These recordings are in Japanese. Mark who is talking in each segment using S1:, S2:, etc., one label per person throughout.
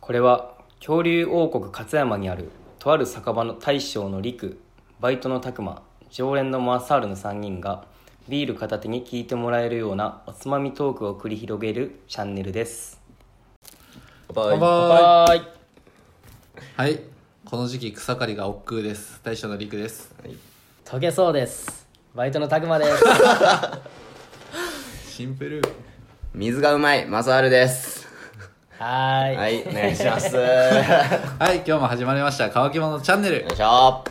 S1: これは恐竜王国勝山にあるとある酒場の大将の陸バイトの拓磨常連のマーサールの3人がビール片手に聞いてもらえるようなおつまみトークを繰り広げるチャンネルです
S2: 乾杯
S1: はーい
S2: はいこの時期草刈りが億劫です大将の陸です
S3: 溶けそうですバイトのたくまです
S2: シンプル
S4: 水がうまいマサールです
S3: はーい、
S4: はいお願いします よ
S2: はい今日も始まりました乾き物チャンネル
S4: いしょ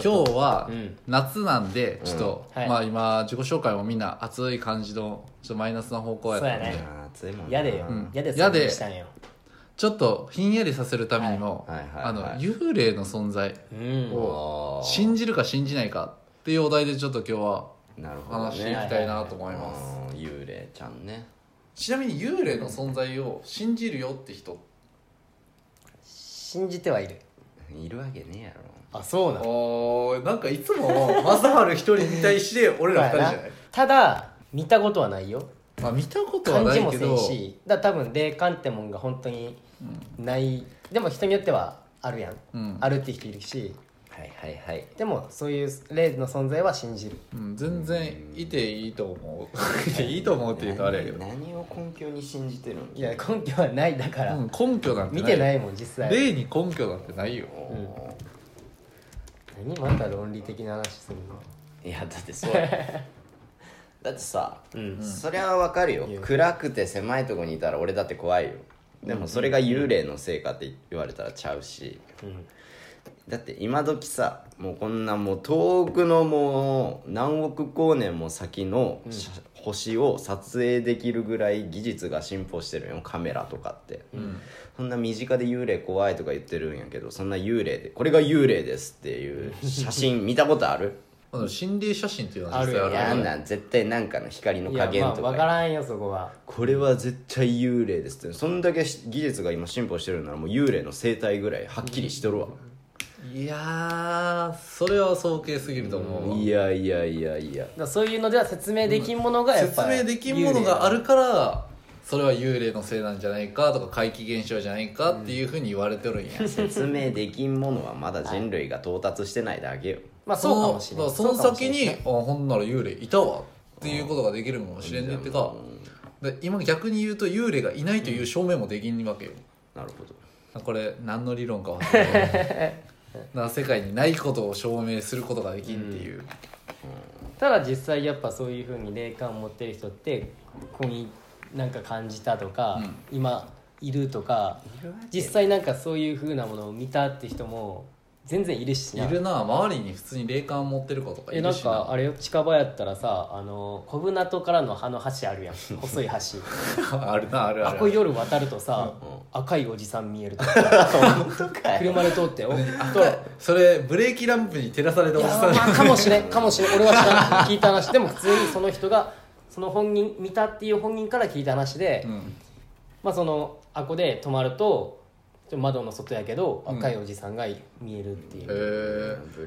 S2: 今日は夏なんでちょっと、
S3: うんはい
S2: まあ今自己紹介もみんな熱い感じのちょっとマイナスな方向やっ
S3: そう
S2: た
S3: や
S2: んで、
S3: ね
S4: あー暑いもんな
S3: 嫌でよ嫌、で
S2: 嫌で
S3: そんなにしたんよ
S2: ちょっとひんやりさせるためにも、
S4: はいはいはい
S2: あの
S4: はい
S2: 幽霊の存在
S3: うん
S2: を
S4: あー
S2: 信じるか信じないかっていうお題でちょっと今日は
S4: なるほど
S2: 話してい
S4: ね
S2: きたいなと思います、
S4: うん幽霊ちゃんね
S2: ちなみに幽霊の存在を信じるよって人
S3: 信じてはいる
S4: いるわけねえやろ
S3: あそうなの
S2: おーなんかいつも正春一人に対して俺ら二人じゃない、
S3: ただ見たことはないよ
S2: まあ、見たことは
S3: 感
S2: な
S3: じ
S2: い
S3: も
S2: け
S3: せん
S2: ど
S3: しだから多分霊感ってもんが本当にない、でも人によってはあるやん、
S2: うん
S3: あるって人いるし
S4: はいはいはい
S3: でもそういう霊の存在は信じる
S2: うん、全然いていいと思う いていいと思うっていうとあれやけど、
S4: 何を根拠に信じてるの
S3: いや根拠はないだから、
S2: うん、根拠なんて
S3: 見てないいもん実際
S2: 例に根拠なんてないよ
S3: 何また論理的な話するの
S4: いやだって そうだってさ、
S3: ん
S4: そりゃわかるよ暗くて狭いとこにいたら俺だって怖いよでもそれが幽霊のせいかって言われたらちゃうし、だって今時さもうこんなもう遠くのもう何億光年も先のしゃ、星を撮影できるぐらい技術が進歩してるよカメラとかって、そんな身近で幽霊怖いとか言ってるんやけどそんな幽霊でこれが幽霊ですっていう写真見たことある
S2: あの心霊写真っていうのは実際
S3: あ
S2: あ
S3: る
S4: い
S2: るか
S4: や
S2: ら
S4: あんなん絶対なんかの光の
S3: い
S4: 加
S3: や
S4: 減
S3: まあ
S4: とか
S3: 分からんよそこは
S4: これは絶対幽霊ですってそんだけし技術が今進歩してるならもう幽霊の生態ぐらいはっきりしとるわ、
S2: いやーそれは尊敬すぎると思うわ、
S4: いやいやいやい
S3: だ
S4: や
S3: からそういうのでは説明できんものがやっ
S2: 説
S3: ぱり、
S2: 明できんものがあるからそれは幽霊のせいなんじゃないかとか怪奇現象じゃないかっていうふうに言われてるんや、
S4: 説明できんものはまだ人類が到達してないだけよ
S3: まあそうかもしれない
S2: そのだからその先にあほんなら幽霊いたわっていうことができるかもしれんねってかで今逆に言うと幽霊がいないという証明もできんわけよ、
S4: なるほど
S2: これ何の理論か忘れたけ どだから世界にないことを証明することができんっていう、
S3: ただ実際やっぱそういうふうに霊感を持ってる人ってここになんか感じたとか、今いるとか実際なんかそういうふうなものを見たって人も全然いるしない
S2: るな周りに普通に霊感持ってる子とかい
S3: えな
S2: る
S3: ん
S2: しな
S3: かあれよ近場やったらさあの小舟渡からのあの橋あ るやん細い橋
S2: あるなあるあ
S3: あ
S2: る
S3: これ夜渡るとさ、赤いおじさん見えると か車で通ってよと
S2: それブレーキランプに照らされたおじさん
S3: まあ、かもしれんかもしれん俺は知らん聞いた話でも普通にその人がその本人見たっていう本人から聞いた話で、
S2: ん
S3: まあそのあこで泊まるとちょっと窓の外やけど
S2: ん
S3: 赤いおじさんがい見えるっていう、
S2: へ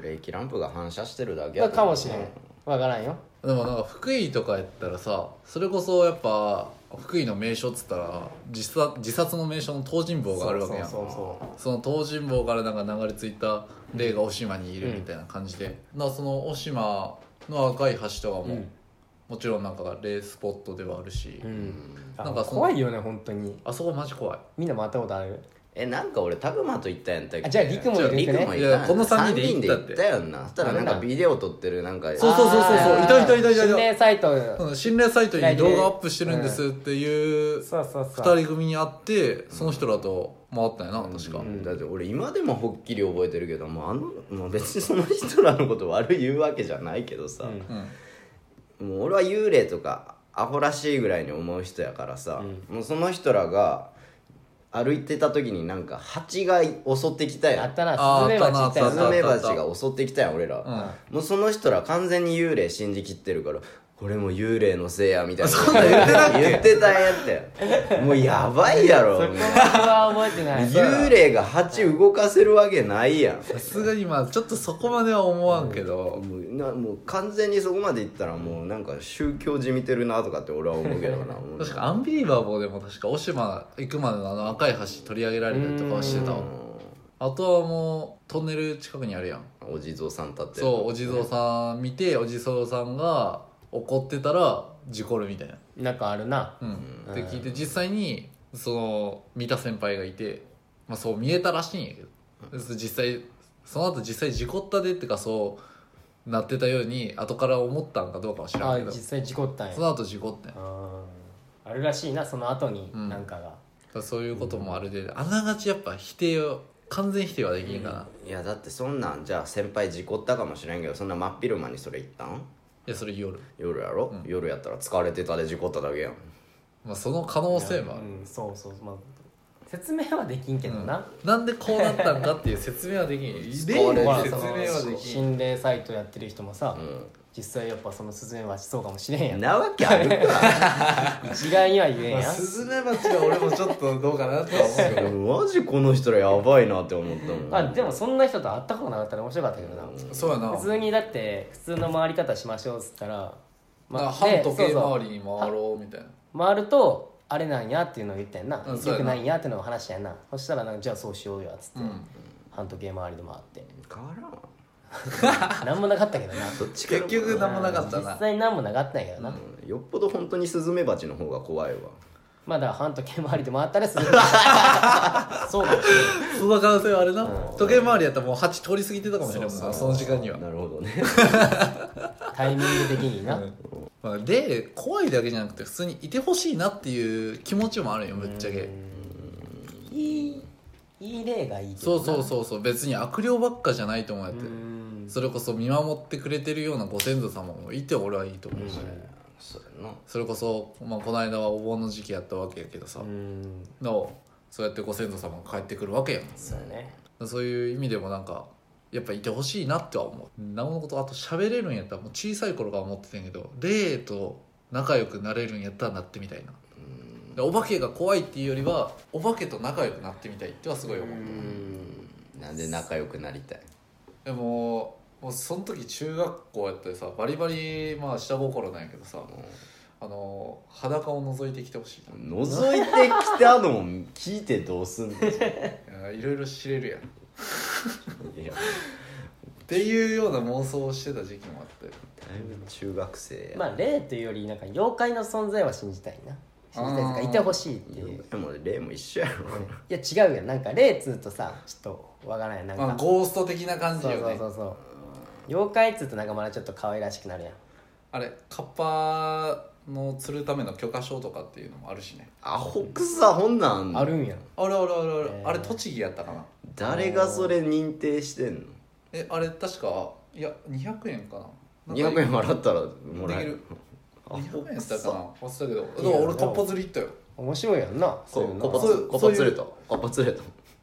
S4: ブレーキランプが反射してるだけ
S3: だ
S4: や
S3: からかもしれんわからんよ
S2: えでもなんか福井とかやったらさそれこそやっぱ福井の名所っつったら自殺自殺の名所の東尋坊があるわけやん
S3: そうそうそう
S2: その東尋坊からなんか流れ着いた霊が雄島にいるみたいな感じで、なその雄島の赤い橋とかも、もちろんなんか霊スポットではあるし、
S3: そううんあ
S2: なんかその
S3: 怖いよね本当に
S2: あそこマジ怖い
S3: みんなも会ったことある
S4: えなんか俺タグマと行ったやんたっけ
S3: あじゃあリクもいる
S4: リ
S3: ん
S4: ク
S3: で
S4: も
S3: ね
S4: い
S2: い
S4: た
S2: やこの三人で行ったっ
S4: 三
S2: て
S4: 人で行よんなそしたらなんかビデオ撮ってるなんか
S2: そうそうそうそうそう
S3: あー
S2: いたいたいたいた
S3: 心霊サイト
S2: その心霊サイトに動画アップしてるんですっていう
S3: そうそうそう
S2: 二人組に会ってその人らと回ったんやな確か、
S4: うんだって俺今でもほっきり覚えてるけどもうあのもう別にその人らのこと悪い言うわけじゃないけどさ、もう俺は幽霊とかアホらしいぐらいに思う人やからさ、もうその人らが歩いてた時になんか蜂が襲ってきたや
S3: あ
S4: ん
S3: ったな
S2: あー
S3: スズメバチ
S2: あ
S3: っ
S2: ったた
S3: よ
S2: なあ
S4: ス
S2: っ
S4: ズメバチが襲ってきたやん俺ら、もうその人ら完全に幽霊信じきってるから俺も幽霊のせいやみたいな
S2: そんなん言ってたっけ
S4: 言ってたんや ったよもうやばいやろ
S3: そこは覚えてない
S4: 幽霊が蜂動かせるわけないやん
S2: さすがにまあちょっとそこまでは思わんけ
S4: も
S2: ど、
S4: うなもう完全にそこまでいったらもうなんか宗教じみてるなとかって俺は思うけどなもう
S2: 確かアンビリバボーでも確かオシマ行くまでのあの赤い橋取り上げられたりとかはしてたわあとはもうトンネル近くにあるやん
S4: お地蔵さん立ってる
S2: そうお地蔵さん見てお地蔵さんが怒ってたら事故るみたいな
S3: なんかあるな
S2: うん、って聞いて実際にその見た先輩がいて、まあ、そう見えたらしいんやけどで実際その後実際事故ったでってかそうなってたように後から思ったんかどうかは知ら
S3: あ
S2: んけど
S3: 実際事故ったんや
S2: その後事故ってんだか
S3: あーあるらしいなその後に
S2: うん
S3: なんかが、
S2: らそういうこともあるで、あながちやっぱ否定を完全否定はできんかな、い
S4: いやだってそんなんじゃあ先輩事故ったかもしれんけどそんな真っ昼間にそれ言ったん
S2: やそれ夜、
S4: 夜やろ、夜やったら疲れてたで事故っただけやん
S2: まあ、その可能性もある、
S3: うん、そうそうまあ説明はできんけど
S2: うん
S3: な、
S2: なんでこうなったんかっていう説明はできん
S4: れ
S2: 例の
S4: て
S2: 説明
S3: ほら
S4: た
S3: そ
S2: はで
S3: の
S2: きん
S3: 心霊サイトやってる人もさ、
S4: ん
S3: 実際やっぱそのスズメバチそうかもしれんやん
S4: なわけある か
S3: 一概には言えんやん
S2: スズメバチは俺もちょっとどうかなとは思うけど
S4: マジこの人らやばいなって思ったもん
S3: あでもそんな人と会ったことなかったら面白かったけどな、
S2: そうやな
S3: 普通にだって普通の回り方しましょうっつったら、
S2: まあ、
S3: で
S2: 反時計
S3: そう
S2: 回
S3: そ
S2: りに回ろうみたいな
S3: う回るとあれなんやっていうのを言ったやんな、
S2: うんそ
S3: よ
S2: うやな
S3: くないんやっていうのを話したやんなそしたらなんかじゃあそうしようよっつって、
S2: うん
S3: 半時計回りで回って
S4: 変わらんわ
S3: 何もなかったけどな
S4: どっちか
S2: 結局何もなかった
S3: 実
S2: な
S3: 際何もなかったんやけどな、
S4: うんよっぽど本当にスズメバチの方が怖いわ
S3: まあだから半時計回りで回ったらす るそうかもし
S2: その可能性はあれな時計回りやったらもう8通り過ぎてたかもしれないもんなその時間には、
S4: なるほどね
S3: れんタイミング的にな、
S2: まあ、で怖いだけじゃなくて普通にいてほしいなっていう気持ちもあるよぶっちゃけ
S3: いいいい例がいいけど
S2: そ
S3: な
S2: うそうそうそう別に悪霊ばっかじゃないと思うやって
S3: うん
S2: それこそ見守ってくれてるようなご先祖様もいて俺はいいと思うし、
S4: そうやな
S2: それこそ、まあ、この間はお盆の時期やったわけやけどさ、
S3: うん
S2: のそうやってご先祖様が帰ってくるわけやん
S3: そうやね
S2: そういう意味でもなんかやっぱいてほしいなっては思うなおのことあと喋れるんやったらもう小さい頃から思ってたんやけど霊と仲良くなれるんやったらなってみたいなでお化けが怖いっていうよりはお化けと仲良くなってみたいってはすごい思う
S4: うんなんで仲良くなりたい
S2: でももうその時中学校やったりさバリバリまあ下心なんやけどさあの裸を覗いてきてほしい
S4: 覗いてきたの聞いてどうすんの
S2: ないやいろいろ知れるやんっ
S4: いや
S2: ていうような妄想をしてた時期もあったよ
S4: だいぶ中学生や、
S3: まあ霊というよりなんか妖怪の存在は信じたいな信じたいとか
S2: あー
S3: いてほしいっていう
S4: でも例も一緒やろ
S3: いや違うよなんか霊っつうとさちょっとわからないなん
S2: ま
S3: か
S2: あゴースト的な感じ
S3: そ
S2: よ
S3: う
S2: ね
S3: そうそうそう妖怪っつうとなんかまだちょっと可愛らしくなるやん
S2: あれカッパの釣るための許可証とかっていうのもあるしね
S4: アホくさほんなんあんの
S3: あるんや
S2: あれあれあれあれ、
S3: えー
S2: あれ栃木やったかな
S4: 誰がそれ認定してん
S2: えあれ確かいや200円かな
S4: の200円払ったらも
S2: で
S4: ら
S2: き
S4: え
S2: る
S4: るアホ
S2: 200円や
S4: く
S2: ったか
S4: さ
S2: な忘れたけどだから俺カッパ釣り行ったよ
S3: 面白いやんな
S4: そ
S3: そういう
S4: う
S3: の
S4: コパ
S2: そ
S4: ツコパ
S2: そういう
S4: 釣れたコパ釣れた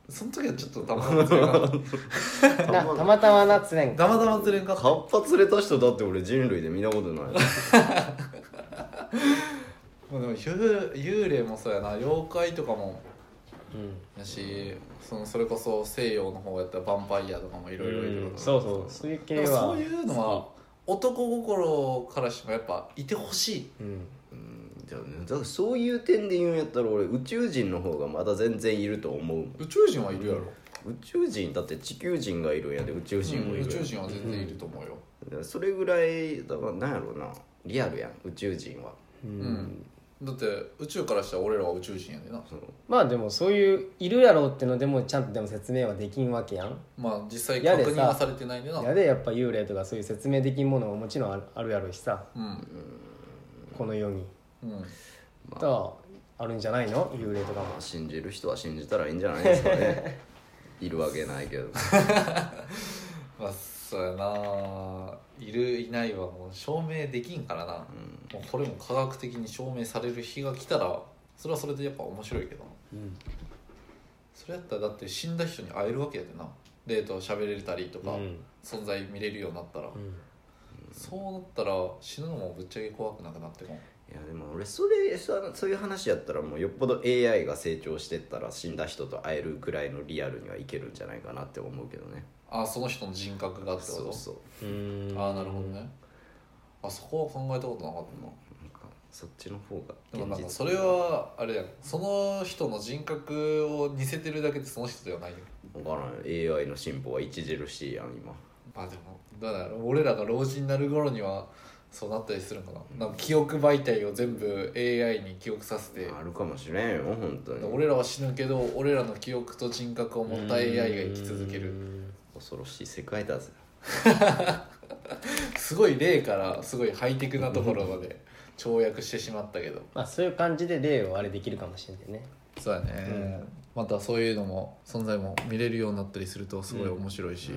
S2: その時はちょっとたまたま釣れんかっ
S3: なたまたまなつれん
S2: たたまたま釣れんかった
S4: カッパ釣れた人だって俺人類で見たことない
S2: まあでも幽幽霊もそうやな妖怪とかも
S3: うん
S2: やしそのそれこそ西洋の方やったらヴァンパイアとかもいろいろいる
S3: うんそうそうそういう
S2: で
S3: 系
S2: も
S3: は
S2: そういうのは男心からしてもやっぱいてほしい
S3: うん
S4: じゃあねだからそういう点で言うんやったら俺宇宙人の方がまだ全然いると思うもん
S2: 宇宙人はいるやろ、
S4: 宇宙人だって地球人がいるんやで宇宙人もいるや
S2: 宇
S4: ん
S2: 宙人は全然いると思うよ、
S4: それぐらいだからなんやろうなリアルやん宇宙人は
S2: うんだって宇宙からしたら俺らは宇宙人やでな
S3: まあでもそういういるやろうってのでもちゃんとでも説明はできんわけやん
S2: まあ実際
S3: やで
S2: 確
S3: さ
S2: 認はされてないんでな
S3: やでやっぱ幽霊とかそういう説明できんものももちろんあるあるやろうしさ
S2: うん
S3: この世に
S2: うん
S3: だからあるんじゃないの幽霊とかも
S4: まあ信じる人は信じたらいいんじゃないですかね いるわけないけど
S2: まあそうやないるいないはもう証明できんからな、もうこれも科学的に証明される日が来たらそれはそれでやっぱ面白いけどな、それやったらだって死んだ人に会えるわけやでな霊と喋れたりとか、
S3: うん
S2: 存在見れるようになったら、そうなったら死ぬのもぶっちゃけ怖くなくなっても
S4: いやでも俺それそそういう話やったらもうよっぽど AI が成長してったら死んだ人と会えるぐらいのリアルにはいけるんじゃないかなって思うけどね
S2: あその人の人格がってこと
S4: そうそう
S3: うん
S2: ああなるほどねあそこは考えたことなかったな
S4: なんかそっちの方が
S2: でもなんかそ
S4: 的
S2: れはあれやんその人の人格を似せてるだけでその人ではないよ
S4: 分からん AI の進歩は著しいやん今
S2: まあでもだから俺らが老人になる頃にはそうなったりするのかななんか記憶媒体を全部 AI に記憶させて
S4: あるかもしれんよ本当に
S2: 俺らは死ぬけど俺らの記憶と人格を持った AI が生き続ける
S4: 恐ろしい世界だぜ
S2: すごい例からすごいハイテクなところまで跳躍してしまったけど
S3: まあそういう感じで例をあれできるかもしれないね
S2: そうだね、またそういうのも存在も見れるようになったりするとすごい面白いし、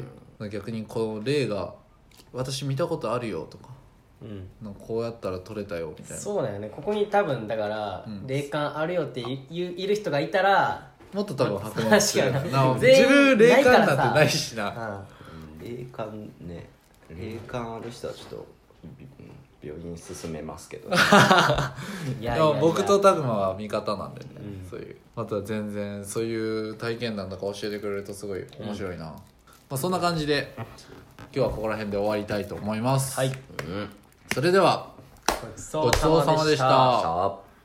S2: 逆にこの例が「私見たことあるよ」とか
S3: うん
S2: なんかこうやったら取れたよみたいな
S3: そうだよねここに多分だから、
S2: うん
S3: 霊感あるよっていいういる人がいたら、
S2: もっと多分白熱するよ
S3: 確かに
S2: な
S3: 全員
S2: 自分霊感なんてないしな
S4: 霊感ね霊感ある人はちょっとび病院勧めますけど、ね、
S3: い
S2: い
S3: や
S2: や
S3: いやいや
S2: 僕とタグマは味方なんでね、そういうまた全然そういう体験談とか教えてくれるとすごい面白いな、まあ、そんな感じで今日はここら辺で終わりたいと思います、
S3: はい
S4: うん
S2: それでは
S3: ごち
S2: ごちそうさまでした
S4: さあ